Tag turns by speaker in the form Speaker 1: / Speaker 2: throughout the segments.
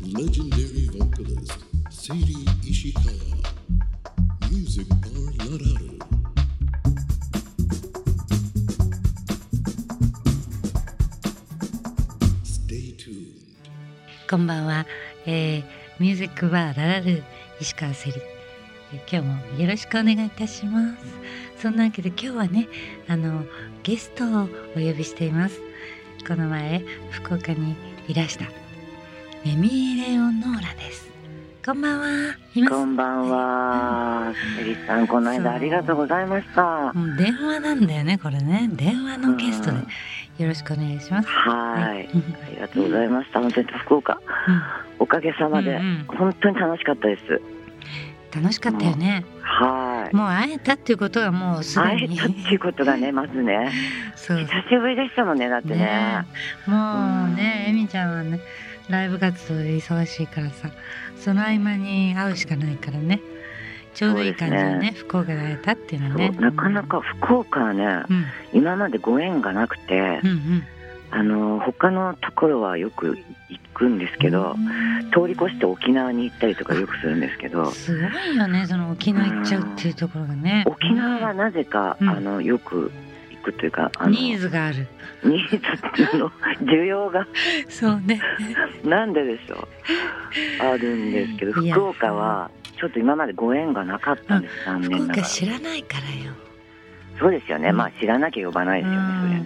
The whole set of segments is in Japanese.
Speaker 1: legendary vocalist Sadie Ishikawa. Music Bar Lararu. Stay tuned.
Speaker 2: こんばんは、えーミュージックバーララル石川せり、えー今日もよろしくお願いいたしますそんなわけで今日はねあのゲストをお呼びしていますこの前福岡にいらしたエミー・レオノーラですこんばんはいます
Speaker 3: こんばんは。エリさん、この間ありがとうございました。
Speaker 2: もう電話なんだよねこれね電話のゲストで
Speaker 3: うん
Speaker 2: よろしくお願いします
Speaker 3: はい。
Speaker 2: うん
Speaker 3: ありがとうございました。本当に福岡、おかげさまで
Speaker 2: うんうん、
Speaker 3: 本当に楽しかったです。
Speaker 2: 楽しかったよね、
Speaker 3: はい。
Speaker 2: もう会えたっていうことはもうすで
Speaker 3: 会え
Speaker 2: に
Speaker 3: たっていうことがね、まずね、
Speaker 2: そう
Speaker 3: 久しぶりでしたもんね、だってね。
Speaker 2: えもうねえみちゃんはねライブ活動で忙しいからさその合間に会うしかないからねちょうどいい感じで
Speaker 3: そう
Speaker 2: ね
Speaker 3: です
Speaker 2: 福岡で会えたっていうのは
Speaker 3: そ
Speaker 2: ね
Speaker 3: うなかなか福岡はね、
Speaker 2: うん
Speaker 3: 今までご縁がなくて、
Speaker 2: うんうん
Speaker 3: あの、他のところはよく行くんですけど、通り越して沖縄に行ったりとかよくするんですけど、
Speaker 2: すごいよねその沖縄行っちゃうっていうところがね
Speaker 3: 沖縄はなぜか、
Speaker 2: うん
Speaker 3: あのよく行くというかあの
Speaker 2: ニーズがある
Speaker 3: ニーズっていうの需要が
Speaker 2: そうね
Speaker 3: なんででしょうあるんですけど
Speaker 2: いや
Speaker 3: 福岡はちょっと今までご縁がなかったんです残
Speaker 2: 福
Speaker 3: 念なが
Speaker 2: 岡
Speaker 3: ら
Speaker 2: 知らないからよ
Speaker 3: そうですよねまあ知らなきゃ呼ばないですよね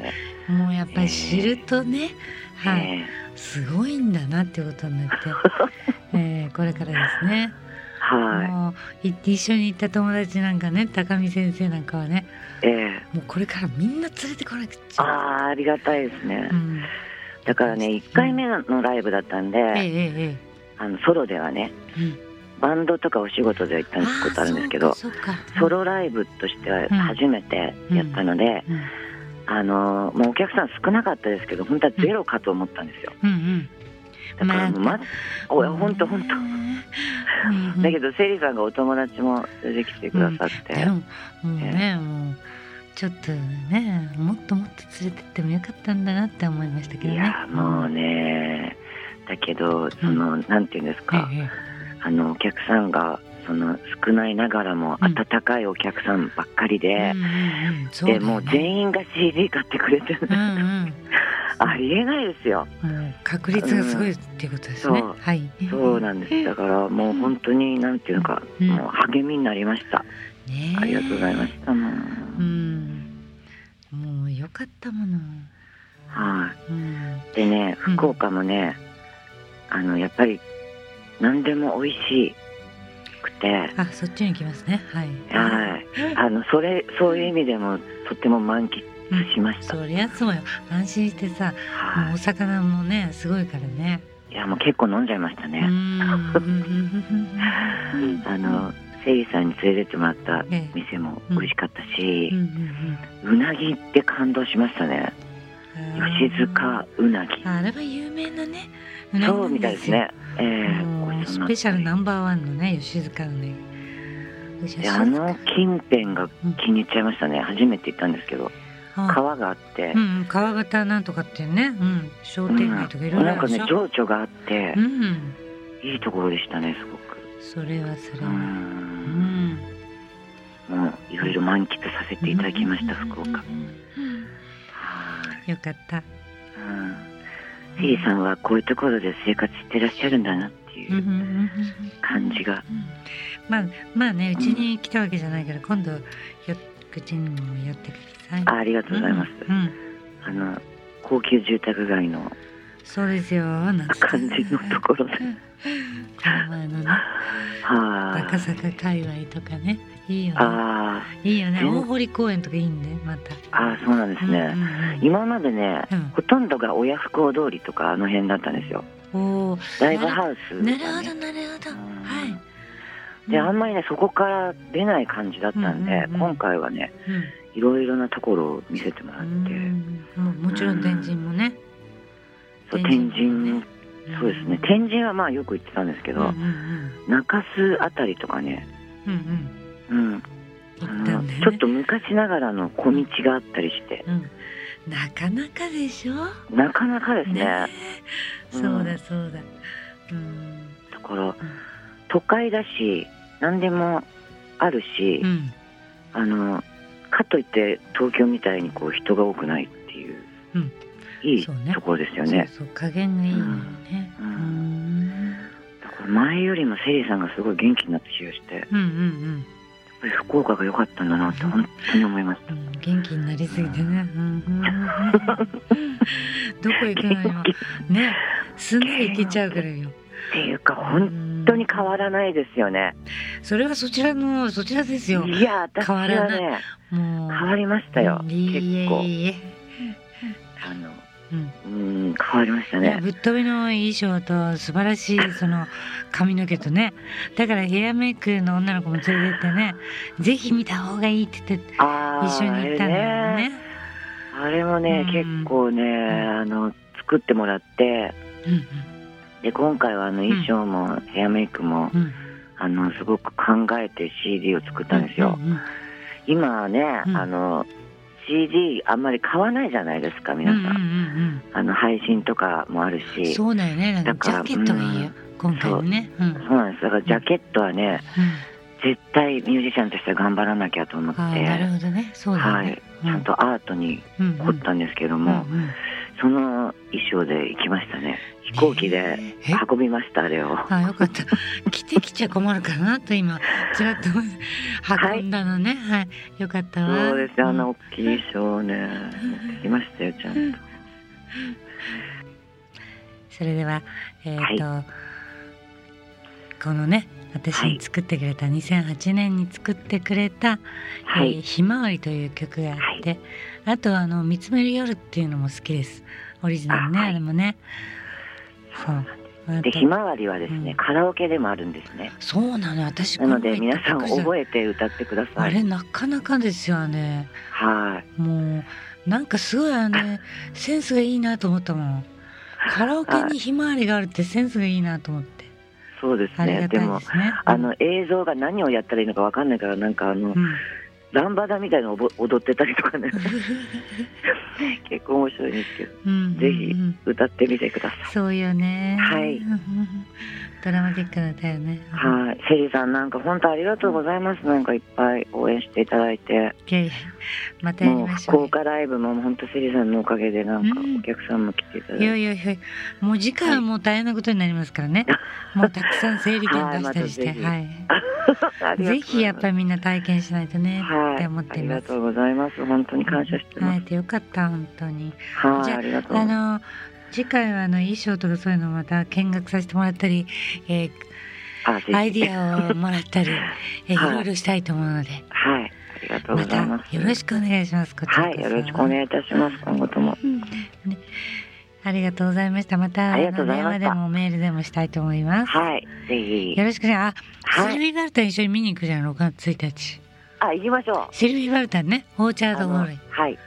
Speaker 3: それね、
Speaker 2: もうやっぱり知るとね、はい、
Speaker 3: ええ
Speaker 2: すごいんだなってことに なって、えーこれからですね
Speaker 3: は
Speaker 2: もうい一緒に行った友達なんかね高見先生なんかはね
Speaker 3: いええ
Speaker 2: もうこれからみんな連れてこなくち
Speaker 3: あ
Speaker 2: ゃ、
Speaker 3: あありがたいですね、
Speaker 2: うん、
Speaker 3: だからね1回目のライブだったんで、
Speaker 2: えええ
Speaker 3: あのソロではね
Speaker 2: えええ、うん、
Speaker 3: バンドとかお仕事では行ったことあるんですけど
Speaker 2: そうかそうか
Speaker 3: ソロライブとしては初めてやったので、
Speaker 2: うん
Speaker 3: あのもうお客さん少なかったですけど本当はゼロかと思ったんですよ、
Speaker 2: うんうん
Speaker 3: だからもうまず、おや本当本当、
Speaker 2: 当
Speaker 3: だけ
Speaker 2: ど
Speaker 3: どセリさんがお友達も出てきてくださって、
Speaker 2: でももうねもうちょっとねもっともっと連れてってもよかったんだなって思いましたけどね
Speaker 3: いやもうねだけどその、なんていうんですか、
Speaker 2: ええ
Speaker 3: あのお客さんがその少ないながらも
Speaker 2: うん
Speaker 3: 温かいお客さんばっかりで、
Speaker 2: うんうんうん、そうだ
Speaker 3: で
Speaker 2: よね
Speaker 3: もう全員が CD 買ってくれてる、
Speaker 2: うん
Speaker 3: ありえないですよ、
Speaker 2: うん、もう確率がすごいっていうことですね、
Speaker 3: うんそう
Speaker 2: はい
Speaker 3: そうなんですだからもう本当になんていうのか、
Speaker 2: うん
Speaker 3: もう励みになりました、
Speaker 2: ねえ
Speaker 3: ありがとうございました、もう
Speaker 2: うんもうよかったもの、
Speaker 3: は
Speaker 2: う
Speaker 3: い
Speaker 2: ん、
Speaker 3: でね
Speaker 2: うん
Speaker 3: 福岡もね、あのやっぱり何でも美味しくて、
Speaker 2: あそっちに行きますねはい
Speaker 3: はい、あのそれそういう意味でもとっても満喫しました、
Speaker 2: そりゃそうよ安心してさもう
Speaker 3: は
Speaker 2: お魚もねすごいからね
Speaker 3: い、いやもう結構飲んじゃいました
Speaker 2: う
Speaker 3: ね、
Speaker 2: ん うん
Speaker 3: あのせいさんに連れてってもらった
Speaker 2: ええ
Speaker 3: 店も美味しかったし
Speaker 2: うんう、ん
Speaker 3: うなぎって感動しましたね
Speaker 2: うんあー
Speaker 3: 吉塚うなぎ
Speaker 2: あれは有名なねうなぎ
Speaker 3: そうみたいですねええ
Speaker 2: もう
Speaker 3: ごちそ
Speaker 2: ス
Speaker 3: うになった
Speaker 2: ペシャルナンバーワンのね吉塚のね吉
Speaker 3: であの近辺が気に入っちゃいましたね初めて行ったんですけど
Speaker 2: あ
Speaker 3: 川があって
Speaker 2: う、んうん川端なんとかっていうね、うん、商店街とかいろいろ
Speaker 3: な
Speaker 2: あ
Speaker 3: ん
Speaker 2: る
Speaker 3: か
Speaker 2: で
Speaker 3: ね
Speaker 2: しょ、
Speaker 3: 情緒があって
Speaker 2: うん
Speaker 3: いいところでしたねすごく
Speaker 2: それはそうれは、うん
Speaker 3: んもういろいろ満喫させていただきました福岡はい
Speaker 2: よかった、
Speaker 3: うんフィリーさんはこういうところで生活してらっしゃるんだなっていううん
Speaker 2: うんうん
Speaker 3: 感じが
Speaker 2: まあまあねうちに来たわけじゃないから今度ようちにも寄ってください
Speaker 3: あありがとうございます
Speaker 2: うんうん
Speaker 3: あの高級住宅街の
Speaker 2: そうですよなんつって
Speaker 3: 感じのところで
Speaker 2: うんこの前のね
Speaker 3: は
Speaker 2: 高
Speaker 3: い
Speaker 2: 坂界隈とかねいいよね
Speaker 3: あ
Speaker 2: いいよね
Speaker 3: 全
Speaker 2: 大堀公園とかいいんでまた
Speaker 3: ーあーそうなんです
Speaker 2: うん
Speaker 3: ね
Speaker 2: うん
Speaker 3: 今までね
Speaker 2: うん
Speaker 3: ほとんどが親不孝通りとかあの辺だったんですよ
Speaker 2: おー
Speaker 3: ライブハウス
Speaker 2: なる
Speaker 3: とか
Speaker 2: ほ
Speaker 3: ね
Speaker 2: どなるほど
Speaker 3: う
Speaker 2: は
Speaker 3: ん
Speaker 2: い
Speaker 3: であんまりねそこから出ない感じだったんで、
Speaker 2: うんうんうん
Speaker 3: 今回はね
Speaker 2: うん
Speaker 3: いろいろなところを見せてもらっ
Speaker 2: う
Speaker 3: て、
Speaker 2: んもうもちろん天神もね
Speaker 3: そう
Speaker 2: 天
Speaker 3: 天
Speaker 2: 神
Speaker 3: 神、
Speaker 2: もね
Speaker 3: そうですね天神はまあよく行ってたんですけ
Speaker 2: うんう
Speaker 3: ど、
Speaker 2: ん
Speaker 3: 中洲あたりとかね、
Speaker 2: うんうん
Speaker 3: うん
Speaker 2: 行
Speaker 3: あ
Speaker 2: った
Speaker 3: の
Speaker 2: んだよね
Speaker 3: ちょっと昔ながらの小道があったりして
Speaker 2: うんなかなかでしょ
Speaker 3: なかなかですね
Speaker 2: ねえ
Speaker 3: うん
Speaker 2: そうだそうだうん
Speaker 3: ろ都会だし何でもあるし、
Speaker 2: うん
Speaker 3: あのかといって東京みたいにこう人が多くないっていう、
Speaker 2: うん
Speaker 3: いい
Speaker 2: そうね
Speaker 3: ところですよ
Speaker 2: そ
Speaker 3: ね
Speaker 2: うそう加減がいいのよね。う
Speaker 3: うんんだから前よりもセリーさんがすごい元気になった気がしてやっ
Speaker 2: うんうん
Speaker 3: ぱり福岡が良かったんだなって本当に思いまし
Speaker 2: う
Speaker 3: た
Speaker 2: ん、元気になりすぎてね。うんうんうん、 どこ行くのよ。ね、すんなり行けちゃうぐらいよ。
Speaker 3: っていうか本
Speaker 2: 本
Speaker 3: 当に変わらないですよね
Speaker 2: それはそちらの、そちらですよ。
Speaker 3: いや私は
Speaker 2: 変わら
Speaker 3: ね
Speaker 2: もう。
Speaker 3: 変わりましたよ
Speaker 2: うんい
Speaker 3: 結
Speaker 2: え
Speaker 3: 構
Speaker 2: いえいえ。
Speaker 3: あの
Speaker 2: うん
Speaker 3: うん変わりました
Speaker 2: いや
Speaker 3: ね
Speaker 2: ぶっ飛びの衣装と素晴らしいその髪の毛とねだからヘアメイクの女の子も連れてってねぜひ見た方がいいって言って
Speaker 3: あ
Speaker 2: 一緒に行ったんだよね。
Speaker 3: あれもね、
Speaker 2: うん
Speaker 3: 結構ね、あの、作ってもらって、で、今回はあの衣装もヘアメイクも、
Speaker 2: うんうん
Speaker 3: あの、すごく考えて CD を作ったんですよ。
Speaker 2: うんうん
Speaker 3: 今はね、
Speaker 2: うん
Speaker 3: あの、CD あんまり買わないじゃないですか、皆さん。
Speaker 2: うんうん
Speaker 3: あの、配信とかもある
Speaker 2: うん
Speaker 3: し。そう
Speaker 2: そうだよねなんかジャケットがいいよ今回のねうんうん
Speaker 3: なんです。だからジャケットはね、絶対ミュージシャンとして頑張らなきゃと思って、
Speaker 2: あーなるほどねそうだよ
Speaker 3: は
Speaker 2: ね
Speaker 3: い。ちゃんとアートに
Speaker 2: うんうん
Speaker 3: 凝ったんですけども、
Speaker 2: うんうん
Speaker 3: その衣装で行きましたね。飛行機で
Speaker 2: ねえ
Speaker 3: 運びました、あれを。
Speaker 2: あよかった着てきちゃ困るかなと今ちらっと運んだのねはい、よかったわ
Speaker 3: そうですよあの
Speaker 2: ん
Speaker 3: 大きい賞ね持ってきましたよちゃんと
Speaker 2: それではえっ、と、このね私に作ってくれた、2008年に作ってくれた
Speaker 3: は
Speaker 2: えー
Speaker 3: い
Speaker 2: ひまわりという曲があって、あとはあの見つめる夜っていうのも好きです。オリジナルね、あ,、
Speaker 3: あはい
Speaker 2: れもね。そう。あ
Speaker 3: で
Speaker 2: と
Speaker 3: ひまわりはですね、
Speaker 2: うん
Speaker 3: カラオケでもあるんですね
Speaker 2: そうなの、私。
Speaker 3: なので皆さん
Speaker 2: え。
Speaker 3: 覚えて歌ってくださ
Speaker 2: あれ
Speaker 3: い
Speaker 2: なかなかですよね。
Speaker 3: はい
Speaker 2: もうなんかすごいあのセンスがいいなと思ったもん。カラオケにひまわりがあるってセンスがいいなと思って。
Speaker 3: そうです
Speaker 2: あり
Speaker 3: ね
Speaker 2: が
Speaker 3: で
Speaker 2: たい
Speaker 3: も
Speaker 2: ですね。
Speaker 3: あの映像が何をやったらいいのかわかんないからなんかあ
Speaker 2: う
Speaker 3: の、
Speaker 2: ん、うん
Speaker 3: ランバダみたいなのを踊ってたりとかね結構面白いんですけど
Speaker 2: うんうん
Speaker 3: ぜひ歌ってみてください、
Speaker 2: そうよね。
Speaker 3: はい
Speaker 2: うんうんうん。ドラマティックだったよね。
Speaker 3: はい、セリさんなんか本当ありがとうございます。なんかいっぱい応援していただいて、
Speaker 2: いやいや、またやり
Speaker 3: もう
Speaker 2: まし
Speaker 3: 福
Speaker 2: ょう。
Speaker 3: 岡ライブも本当セリさんのおかげでなんか
Speaker 2: うん
Speaker 3: お客さんも来ていただい
Speaker 2: い
Speaker 3: て
Speaker 2: や、いやいや、もう次回はもう大変なことになりますから ね。もうたくさん整理券出したりして、
Speaker 3: はい
Speaker 2: は
Speaker 3: ま
Speaker 2: い。
Speaker 3: ありがとうござ
Speaker 2: ぜ
Speaker 3: います
Speaker 2: ひやっぱりみんな体験しないとね、って思
Speaker 3: は
Speaker 2: っ
Speaker 3: い、あ
Speaker 2: てい
Speaker 3: り
Speaker 2: ま
Speaker 3: が
Speaker 2: す。
Speaker 3: とうございます。本当に感謝してま
Speaker 2: 会え
Speaker 3: す。
Speaker 2: てよかった、本当に。
Speaker 3: はい、
Speaker 2: じゃあ
Speaker 3: ありがとうござ
Speaker 2: あ
Speaker 3: います。
Speaker 2: の、次回はあの衣装とかそういうのまた見学させてもらったり、え
Speaker 3: あ、ぜ
Speaker 2: ーアイ
Speaker 3: ひ。
Speaker 2: ディアをもら ったり、えー
Speaker 3: はい
Speaker 2: いろいろしたいと思うので、
Speaker 3: はい、ありがとうご
Speaker 2: ま
Speaker 3: ざ
Speaker 2: た
Speaker 3: いま
Speaker 2: よ
Speaker 3: す。
Speaker 2: ろしくお願いします。こちら
Speaker 3: は
Speaker 2: こ
Speaker 3: い、
Speaker 2: そ
Speaker 3: よろしくお願いいたします。今後とも。
Speaker 2: ありがとうございました。また、
Speaker 3: ありがとうございました
Speaker 2: あの電話でもメールでもしたいと思います。
Speaker 3: はい、ぜひ
Speaker 2: よ。ろしくね。あ、
Speaker 3: はい
Speaker 2: シルビー・バルタン一緒に見に行くじゃん、6月1日。
Speaker 3: あ、行きましょう。
Speaker 2: シルビー・バルタンね、オーチャー
Speaker 3: あ
Speaker 2: ド
Speaker 3: の
Speaker 2: ホールに。
Speaker 3: はい。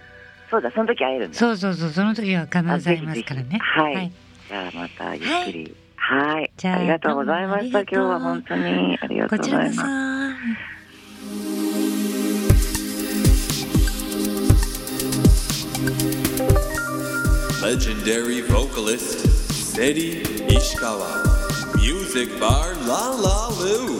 Speaker 3: そうだ、その時会えるんだ。
Speaker 2: そうそうそう、その時は必
Speaker 3: あ
Speaker 2: ず
Speaker 3: ぜ
Speaker 2: 会い
Speaker 3: ひ
Speaker 2: ますからね
Speaker 3: ぜ。ひはい
Speaker 2: はい
Speaker 3: じゃあ、またゆっくり。はい。
Speaker 2: じゃあ
Speaker 3: ありがとうございまし
Speaker 2: ど
Speaker 3: た。今
Speaker 2: う
Speaker 3: 日
Speaker 2: もありがと
Speaker 3: は
Speaker 2: う
Speaker 3: 本当にありがと
Speaker 2: こ
Speaker 3: うご
Speaker 2: ち
Speaker 3: ざ
Speaker 2: ら
Speaker 3: い
Speaker 2: こ
Speaker 3: ます。
Speaker 2: そ。
Speaker 4: legendary vocalist Seri Ishikawa. Music bar La La Lou.